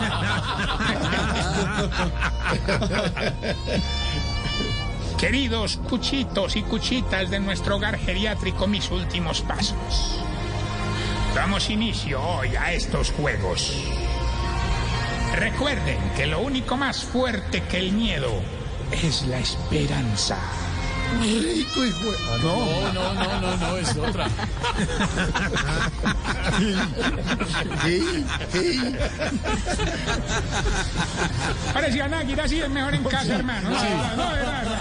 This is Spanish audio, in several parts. Queridos cuchitos y cuchitas de nuestro hogar geriátrico, mis últimos pasos. Damos inicio hoy a estos juegos. Recuerden que lo único más fuerte que el miedo es la esperanza. Rico y No, no, no, no, no, es otra. Parecía Náguila, así es mejor en casa, hermano. No, no, de verdad.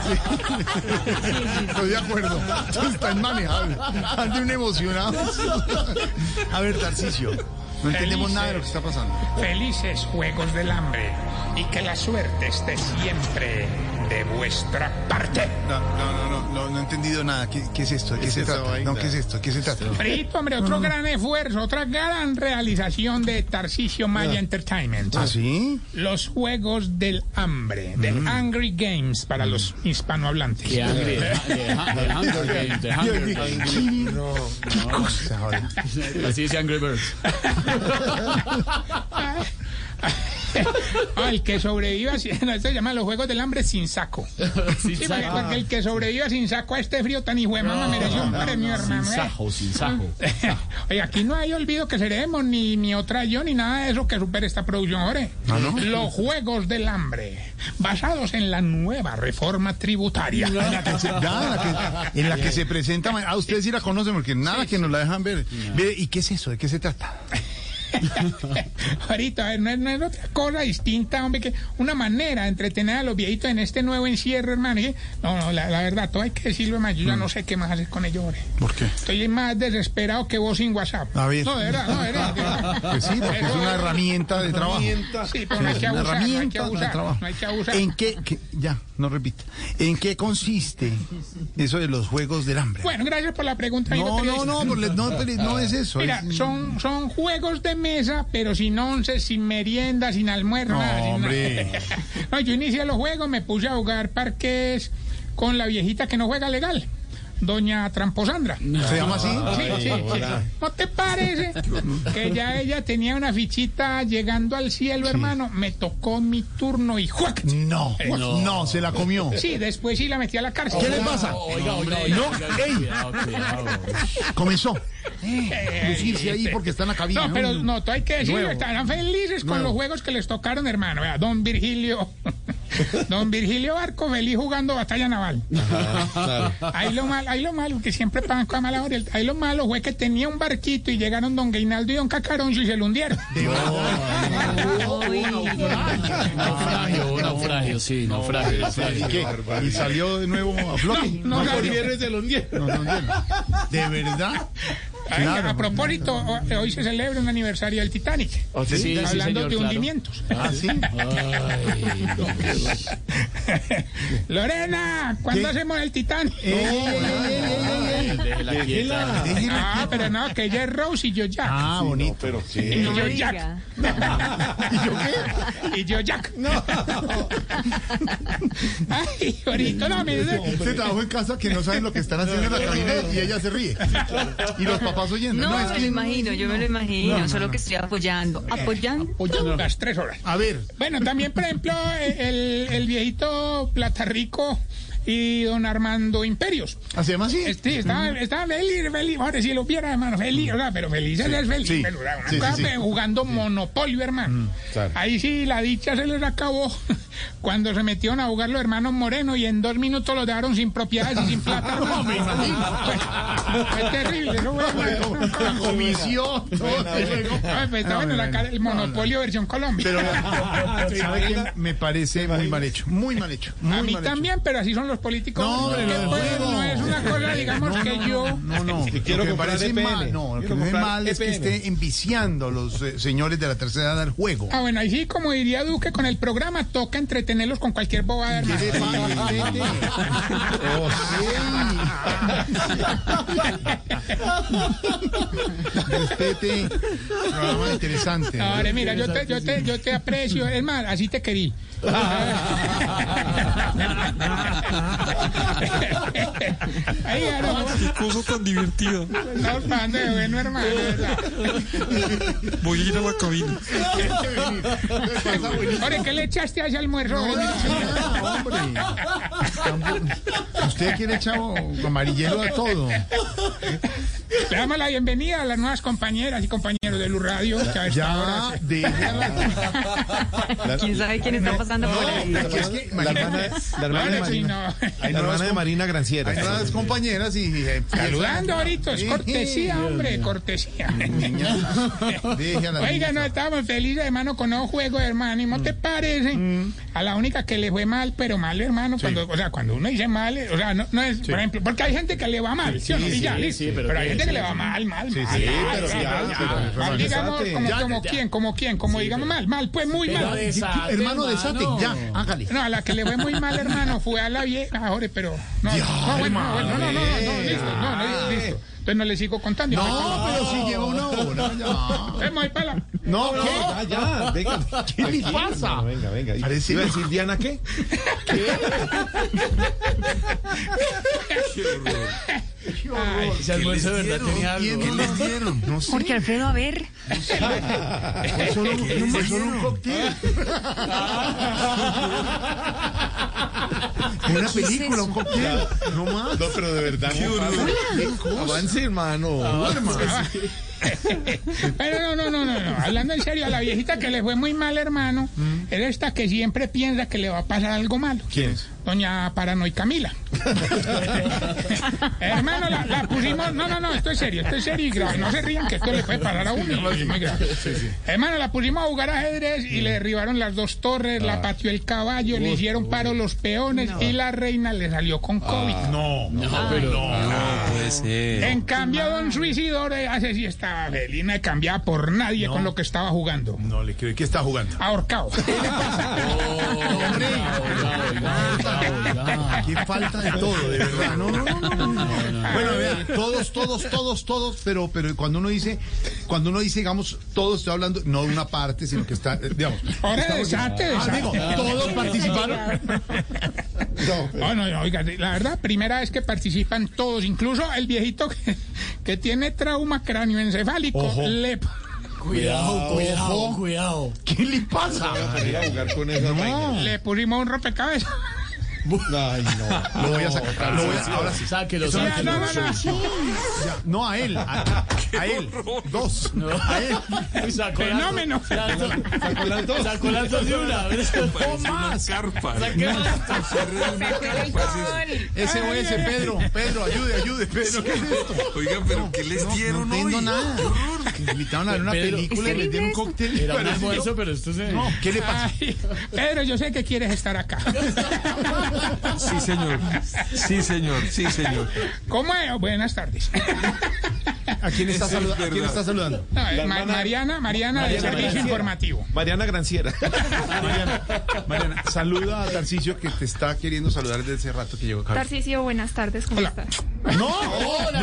Estoy de acuerdo. Esto está inmanejable. Ande un emocionado. A ver, Tarcicio. No entendemos nada de lo que está pasando. Felices Juegos del Hambre y que la suerte esté siempre de vuestra parte. No, no, no, no, no, no he entendido nada. ¿Qué, qué es esto? ¿De ¿Qué, se esa trata? vaina? No, ¿qué es esto? ¿Qué se trata? Frito, hombre, otro gran esfuerzo, otra gran realización de Tarcisio Maya Entertainment. ¿Ah, sí? Los Juegos del Hambre, de Angry Games para los hispanohablantes. Qué hambre, de de Hunger Games, de Hunger Games. No, ¿Qué cosa ahora? Así dice Angry Birds. Al Ah, que sobreviva, sin- no, esto se llama los Juegos del Hambre sin saco. Sin Sí, porque, sajo, porque el que sobreviva sin saco a este frío tan hijo de mamá merece un premio, sin hermano. ¿eh? sajo, sin sajo. Oye, aquí no hay olvido que seremos, ni, ni otra yo, ni nada de eso que supere esta producción, hombre. Ah, Los Juegos del Hambre, basados en la nueva reforma tributaria. La que se- ya, la que- en la que se presenta. ma- Ah, ustedes sí la conocen porque nada que nos la dejan ver. Ve, ¿Y qué es eso? ¿De qué se trata? Ahorita, a ver, no es, no es otra cosa distinta, hombre, que una manera de entretener a los viejitos en este nuevo encierro, hermano. ¿sí? No, no, la, la verdad, todo hay que decirlo, hermano. Mm. Yo ya no sé qué más hacer con ellos, hombre. ¿Por qué? Estoy más desesperado que vos sin WhatsApp. A ver. No, de verdad, no, de verdad. de verdad. Pues sí, porque es Eso- una herramienta de trabajo. Sí, pero no hay que abusar, no una hay que herramienta de abusar. trabajo. No hay que abusar. ¿En qué, qué- ya, no repito. ¿En qué consiste eso de los juegos del hambre? Bueno, gracias por la pregunta. amigo no, no, periodista. no, por le- no, pero no es eso. Mira, es- son, son juegos de mesa, pero sin once, sin merienda, sin almuerzo. No, nada, sin nada. hombre. no, yo inicié los juegos, me puse a jugar parques con la viejita que no juega legal, doña Tramposandra. ¿Se llama así? Sí, sí, sí. ¿No te parece que ya ella tenía una fichita llegando al cielo, hermano? Me tocó mi turno y ¡juac! No, no, se la comió. Sí, después sí la metí a la cárcel. ¿Qué le pasa? Oiga, oiga, oiga. No, oiga, ey. cuidado, cuidado. Comenzó. Eh, lucirse ahí porque está en la cabina. No, pero ¿no? no, tú hay que decirlo, Nuevo. estarán felices con Nuevo. los juegos que les tocaron, hermano. Vea, don Virgilio, don Virgilio Barco, feliz jugando batalla naval. Ahí lo malo, ahí lo malo, que siempre pagan con mala hora. Ahí lo malo fue que tenía un barquito y llegaron don Gainaldo y don Cacaroncio y se lo hundieron. Naufragio, naufragio, sí, naufragio, ¿Y naufragio. qué? ¿Y salió de nuevo a flote? No, no salió. No, no, no. ¿De verdad? Ay, Claro. a propósito, ho- hoy se celebra un aniversario del Titanic. ¿Ah, Sí, sí, hablando señor, de claro. hundimientos. ¿Ah, sí? Ay, no. Lorena, ¿cuándo ¿Qué? hacemos el Titanic? Eh, Déjela quieta. Déjela. Ah, pero no, que ella es Rose y yo Jack. Ah, bonito. Pero y sí. yo No me Jack. diga. ¿Y yo qué? Y yo Jack. No. Ay, ahorita no, me dice. Pues, Este trabajo en casa que no saben lo que están haciendo en la cabina y ella se ríe. Y los papás oyendo. No, No, es me lo que. imagino, yo me lo imagino, solo que estoy apoyando. Apoyando. Las tres horas. A ver, Bueno, también, por ejemplo, el, el viejito Platarrico y don Armando Imperios. ¿así llama así? Este, estaba, estaba feliz, feliz. Ahora, si lo viera, hermano, feliz. O sea, pero feliz, él es feliz. sí, pero era una sí, sí, cosa, sí. Mm, pero jugando monopolio, hermano. claro. Ahí sí, la dicha se les acabó cuando se metieron a jugar los hermanos Moreno y en dos minutos los dejaron sin propiedades y sin plata. hermano. Fue- fue terrible. Eso fue, La comisión. todo, y luego- Ay, pues, está No, bueno, no, la no, cara- el no, no. monopolio versión Colombia. Pero, ¿sabe qué? Me parece muy mal hecho. Muy mal hecho. Muy a mí mal hecho. también, pero así son los políticos. No, hombre, Que, lo del pues, juego. no es una cosa, digamos, No, que no, yo... No, no. Lo quiero que me comprar parece EPN. mal, no, lo que Quiero me parece comprar E mal es que EPN. esté enviciando a los eh, señores de la tercera edad al juego. Ah, bueno, ahí sí, como diría Duque, con el programa toca entretenerlos con cualquier bobada, hermano. ¿Qué le pasa? Oh, sí. Respete. Programa interesante. No, hombre, Ah, mira, yo te, yo, te, yo te aprecio. Es más, así te querí. Ahí ya no, Cosa tan divertida. estamos pagando de bueno, hermano. de verdad. Voy a ir a la cabina. Pasa buenísimo. Ahora, ¿qué le echaste a ese almuerzo? No, Benito? no, no, hombre. Tampoco- Usted quiere chavo amarillero a todo. Le damos la bienvenida a las nuevas compañeras y compañeros de Luz Radio. que a esta Ya, hora se- déjala. ¿Quién sabe quién está pasando por ahí? Es que, imagínate, La hermana de Ahora sí, Marina, no. la hermana de Marina Granciera. hay nuevas compañeras y... eh, Saludando ahorita, es Sí. cortesía, hombre, cortesía. Déjala. Oiga, no estábamos felices, hermano, con los juegos, hermano. ¿Y no Mm. te parece? A la única que le fue mal, pero mal, hermano. Cuando, o sea, cuando uno dice mal, o sea, no, no es, por ejemplo, porque hay gente que le va mal, ¿sí, o no? Y sí, ya, sí, listo. sí, pero pero hay ¿qué? gente que Sí, le va mal, mal, mal. sí, mal, pero mal, sí, mal, ya, mal. pero, pero, Mal, digamos, desate. como, Ya, como ya. quién, como quién, como digamos mal, mal, pues muy mal. Hermano, desate, ya, hágale. No, a la que le fue muy mal, hermano, fue a la vieja, Jorge, pero. No, no, bueno, no, bueno, no, no, no, no, listo, no, no, listo. Entonces no le sigo contando. yo me No, voy pero si lleva una hora. ya. pa' la- me voy para la. No, ¿qué? Ya, ya, venga. ¿Qué le pasa? Venga, venga. ¿Iba a Parece- decir Diana qué? Ese almuerzo de verdad tenía ¿Quién algo. no les dieron? No sé. Jorge Alfredo, a ver. Fue solo, fue solo un cóctel. Fue Una película, un cóctel. No más. No, pero de verdad. Ah, Avance, hermano. Pero no, no, no, no, no. Hablando en serio, a la viejita que le fue muy mal, hermano, es esta que siempre piensa que le va a pasar algo malo. ¿Quién es? Doña Paranoy Camila. Hermano, la, la pusimos. No, no, no, esto es serio, esto es serio y grave. No se rían que esto le puede parar a uno. y es muy grave. Hermano, la pusimos a jugar ajedrez y le derribaron las dos torres, la pateó el caballo, le hicieron paro los peones y la reina le salió con COVID. No, no. Puede ser. En cambio, don Suicidor eh, hace si estaba feliz, no cambiaba por nadie con lo que estaba jugando. No le creo. ¿Qué está jugando? Ahorcado. Oh, Hombre. Qué falta de todo, de verdad. No, no, no, no, no. Bueno, vean, todos, todos, todos, todos, pero, pero cuando uno dice, cuando uno dice, digamos, todos, estoy hablando, no de una parte, sino que está, eh, digamos, Ahora desate, ah, desate. digo, todos participaron. Ah, No, no, no, oiga, la verdad, primera vez que participan todos, incluso el viejito que, que tiene trauma cráneoencefálico. Le, Cuidado, cuidado, cuidado. ¿Qué le pasa? Mira, jugar con esa vaina. le pusimos un rompecabezas. Ah, Ay, no. Lo voy a sacar. Lo voy a, ahora sí. Sáquelo, Ya, sáquelo. no, no, no. No a él, a, a él. Dos. A él. Uy, sacó las dos. Fenómeno. Las dos. Sacó las dos de una. Parece una carpa. Saqué más. SOS, Pedro. Pedro, ayude, ayude. Pedro, ¿qué es esto? Oiga, pero ¿qué les No dieron entiendo hoy? nada. Que invitaron a ver una Pedro, película y ¿es les dieron un cóctel. terrible esto? Era un Pero sí, almuerzo, pero esto se... no, ¿Qué le pasa? Ay, Pedro, yo sé que quieres estar acá. Sí, señor. Sí, señor. Sí, señor. ¿Cómo es? Buenas tardes. ¿A quién está, es saluda- a quién verdad. está saludando? No, eh, Ma- Mariana, Mariana del Servicio Informativo. Mariana Granciera. Mariana, Mariana, saluda a Tarcicio que te está queriendo saludar desde hace rato que llegó acá. Tarcisio, buenas tardes, ¿cómo Hola. estás? No, no,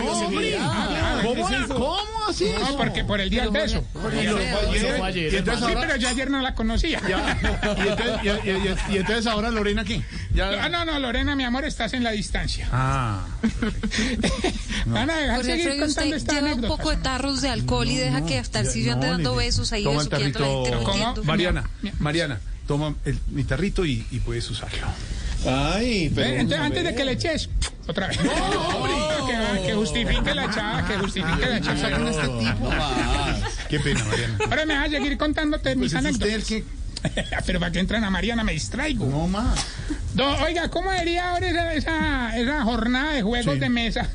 hombre. ¿Cómo, ¿Cómo así? No, eso? porque por el día del beso. Eso fue ayer, Y entonces Sí, ahora- pero yo ayer no la conocía. y entonces- y- y- y- y entonces ahora Lorena qué? Ah, no, no, Lorena, mi amor, estás en la distancia. Ah. Van a dejar Jorge seguir Alfredo, contando usted esta llena un anécdota. poco de tarros de alcohol y deja que hasta el sillo ande Pues dando besos ahí, Toma el eso que la gente no tarrito. entiendo. Mariana, Mariana, toma el, mi tarrito y, y puedes usarlo. Ay, Ve, pero. Entonces, antes de que le eches, otra vez. que, va, que justifique la chava, que justifique la chava. Qué pena, Mariana. Ahora me vas a seguir contándote mis Pues es usted el anécdotas. que Pero para que entren a Mariana me distraigo. no más. Mm. Do- oiga, ¿cómo sería ahora esa, esa, esa jornada de juegos de mesa?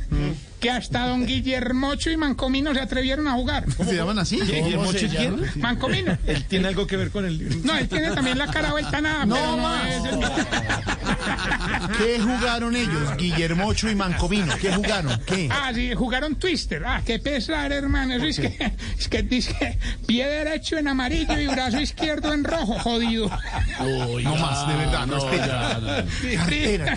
que hasta don Guillermocho y Mancomino se atrevieron a jugar. ¿Se llaman así? ¿Cómo se llama? Mancomino. Él tiene algo que ver con el. No, él tiene también la cara vuelta a nada. No pero más. es el mismo. ¿Qué jugaron ellos? Guillermocho y Mancomino. ¿Qué jugaron? ¿Qué? Ah, sí, jugaron Twister. Ah, qué pesar, hermano. Eso es que, es que dice pie derecho en amarillo y brazo izquierdo en rojo, jodido. No más, de verdad, no, respeta. Cartera,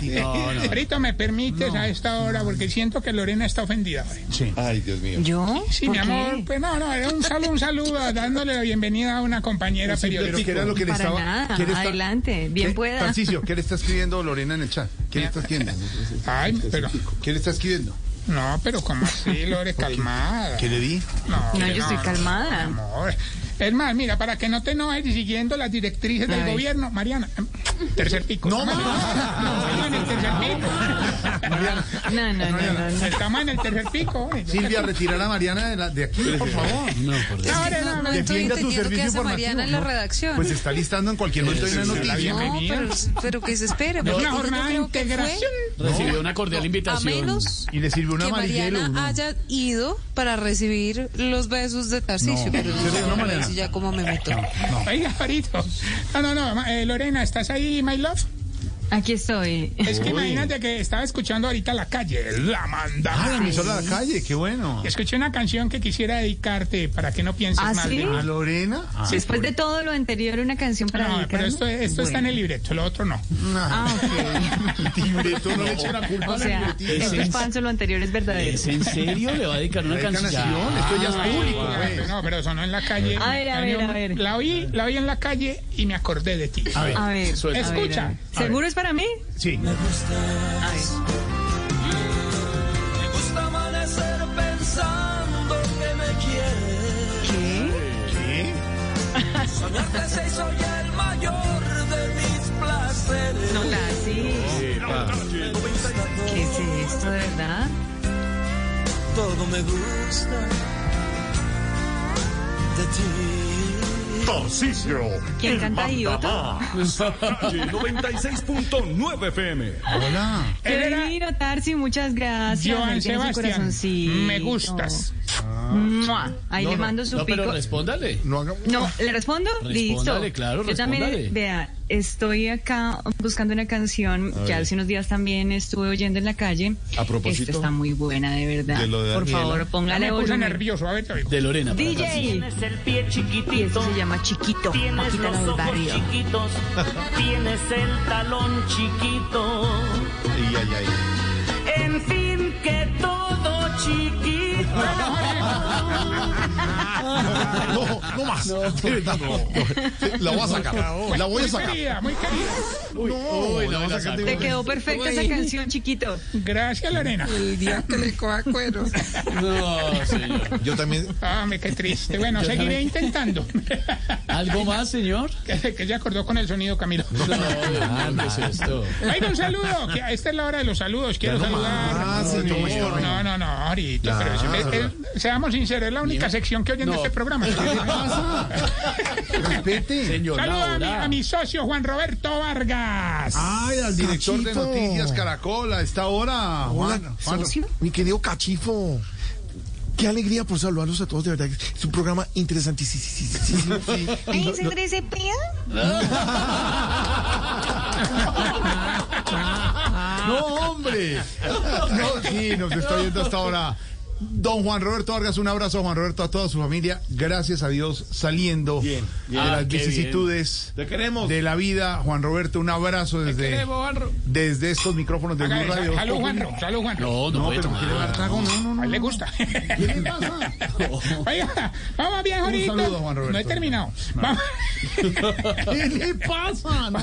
tío. Rito, ¿me permites a esta hora? Porque siento que Lorena está ofendida. hoy. Ay, Dios mío. ¿Yo? Sí, ¿Por mi qué? amor, pues no, no, era un saludo, un saludo, dándole la bienvenida a una compañera Pero periodista. ¿qué era lo que le Para estaba... nada, ¿qué le está- adelante, bien ¿Qué- pueda. Tarcisio, ¿qué le está escribiendo Lorena en el chat? ¿Qué le está escribiendo? Ay, pero, ¿Qué le está escribiendo? no, pero ¿cómo así, Lore? Calmada. ¿Qué le di? No, No, yo estoy calmada. mi amor. Es más, mira, para que no te enojes y siguiendo las directrices del Ay. gobierno, Mariana, em, tercer pico. No, Estamos en el tercer pico. No, no, no, no. no. Estamos en el tercer pico. hombre. Silvia, retirar a Mariana de, la- de aquí, por favor. Ahora, No, no no, Defienda su estoy entendiendo qué servicio hace informativo. Mariana en la ¿no? redacción. Pues se está listando en cualquier momento hay una la noticia. bien- no, bienvenida. pero, pero que se espere. Es porque una yo no jornada de creo que integración. Recibió una cordial fue, A invitación. menos Y le sirvió una que Mariana amarillelo. ¿no? haya ido para recibir los besos de Tarcisio. Pero yo Pero no, no, Mariana. sé ya cómo me meto. Oiga, Farito. No, no, no. ma- eh, Lorena, ¿estás ahí, my love? Aquí estoy. Es que imagínate que estaba escuchando ahorita la calle, la manda. Ah, la emisora de la calle, qué bueno. Escuché una canción que quisiera dedicarte para que no pienses ¿Ah, mal sí? de mí. ¿A Lorena? Ah, Después de todo lo anterior, una canción para No, pero dedicarme. esto, esto está en el libreto, lo otro no. Ah, ok. Libreto, no le eche la culpa O al sea, libretista. esto es falso, lo anterior es verdadero. ¿Es en serio? ¿Le va a dedicar una Hay canción? canción, esto ya es Ay, público. ah, pues. No, pero sonó en la calle. A ver, a ver, a ver. La oí, la oí en la calle y me acordé de ti. A ver, Suelta. a ver, Escucha. a ver. ¿Seguro es para mí? Sí. A ver. ¿Qué? ¿Qué? No, Tarsi. ¿Qué es esto, de verdad? Tarcisio. ¿Quién canta idiota? 96.9 FM. Hola. Él Qué era divino, Tarsi, muchas gracias. Joan Ahí tiene su Sebastián. corazoncito. Me gustas. Mua. Ahí le mando su No, pero pico. respóndale. No haga... No, ¿le respondo? Respóndale, Listo. claro, Yo también, respóndale. vea, estoy acá buscando una canción que hace unos días también estuve oyendo en la calle. A propósito Esta está muy buena, de verdad. de lo de Por Daniela. favor, Ya póngale me puse volumen. nervioso, a ver te oigo. Eh, De Lorena. para DJ. Tarcisio. Tienes el pie Y eso chiquitito, se llama Chiquito, tienes Paquita los del ojos Barrio. chiquitos, tienes el talón chiquito. Ay, ay, ay. En fin, que todo chiquito. No, no más. De verdad, no, no. La voy a sacar. La voy a Muy sacar. querida, muy querida. Uy, uy, la vamos a sacar. Te quedó perfecta esa canción, Chiquito. Gracias, Lorena. El día que le coja cuero. No, señor. Yo también. Ah, me qué triste. Bueno, seguiré intentando. ¿Algo más, señor? que, que se acordó con el sonido, Camilo. No, Dios mío, ¿qué es esto? Oiga, un saludo. que esta es la hora de los saludos. Quiero saludar. No, no, no, ahorita. pero eso- eh, eh, seamos sinceros, es la única sección que oyen de No. este programa. Respete. Señor, Saludo a mi, Laura. a mi socio Juan Roberto Vargas. Ay, al director de Noticias Caracol a esta hora. Juan, Juan, Mi querido cachifo. Qué alegría por saludarlos a todos, de verdad. Es un programa interesantísimo. Ay, ¿se crece No, hombre. No, sí, nos está oyendo hasta ahora. Don Juan Roberto Vargas, un abrazo a Juan Roberto, a toda su familia. Gracias a Dios saliendo de Ah, las qué bien. vicisitudes Te queremos. de la vida. Juan Roberto, un abrazo desde, queremos, Juanro. desde estos micrófonos de Blue Hágale, Radio. sal- Salud, Juan. Salud, Juan. No, no, No, puede pero tomar. quiere dar trago, no, no, no. A él le gusta. ¿Qué le pasa? Oiga, vamos bien, Jorito. saludo, Juan Roberto. No he terminado. Vamos, ¿Qué le pasa? No, no.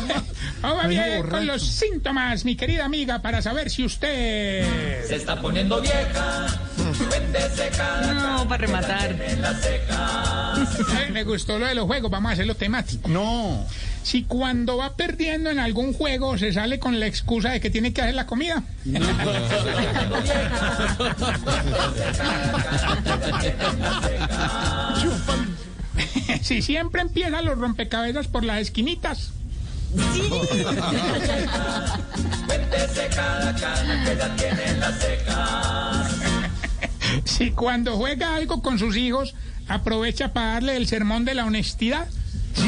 vamos Ay, bien borracho. con los síntomas, mi querida amiga, para saber si usted. Se está poniendo vieja, No, para rematar. Eh, me gustó lo de los juegos, vamos a hacerlo temático. No. Si cuando va perdiendo en algún juego se sale con la excusa de que tiene que hacer la comida. si siempre empiezan los rompecabezas por las esquinitas. Si cuando juega algo con sus hijos, aprovecha para darle el sermón de la honestidad. Sí,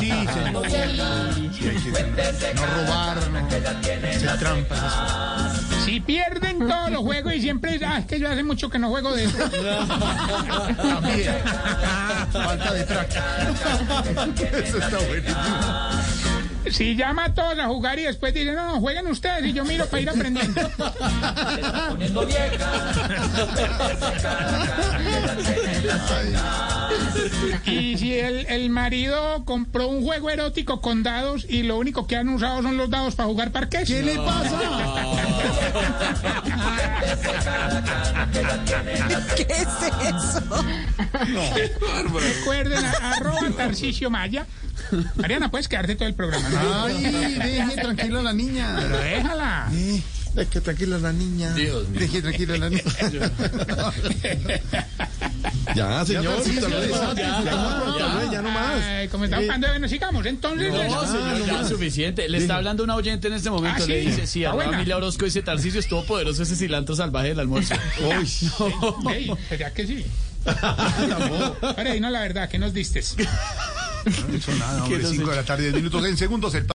sí, señor. Sí, hay que no robar, no hacer trampas. Si pierden todos los juegos y siempre, ah, es que yo hace mucho que no juego de eso. También. Falta de traque. Eso está buenísimo. Si llama a todos a jugar y después dice, no, no, jueguen ustedes y yo miro para ir aprendiendo. poniendo vieja. Y si el, el marido compró un juego erótico con dados y lo único que han usado son los dados para jugar parqués. ¿Qué le pasa? ¿Qué es eso? No. Recuerden, a- arroba Tarcicio Maya. Mariana, puedes quedarte todo el programa. Ah. ¿no? Ay, deje tranquila a la niña. Pero déjala. Eh, es que tranquila la niña. Dios mío. Deje tranquila a la niña. Ya, Ya, señor. Tarcisio, tal vez, ya, ya, ya, ya, ya no más. Ay, como estamos Eh, hablando de bueno, sigamos. Entonces, les- No, señor, ya es suficiente. Le está hablando una oyente en este momento. Ah, Le sí. dice, sí, Está a buena. Emilia Orozco dice, Tarcisio, estuvo poderoso ese cilantro salvaje del almuerzo. Ey, ¿será que sí? Ahora, no la verdad, ¿qué nos diste? No, hombre, cinco de la tarde, 10 minutos en segundos. El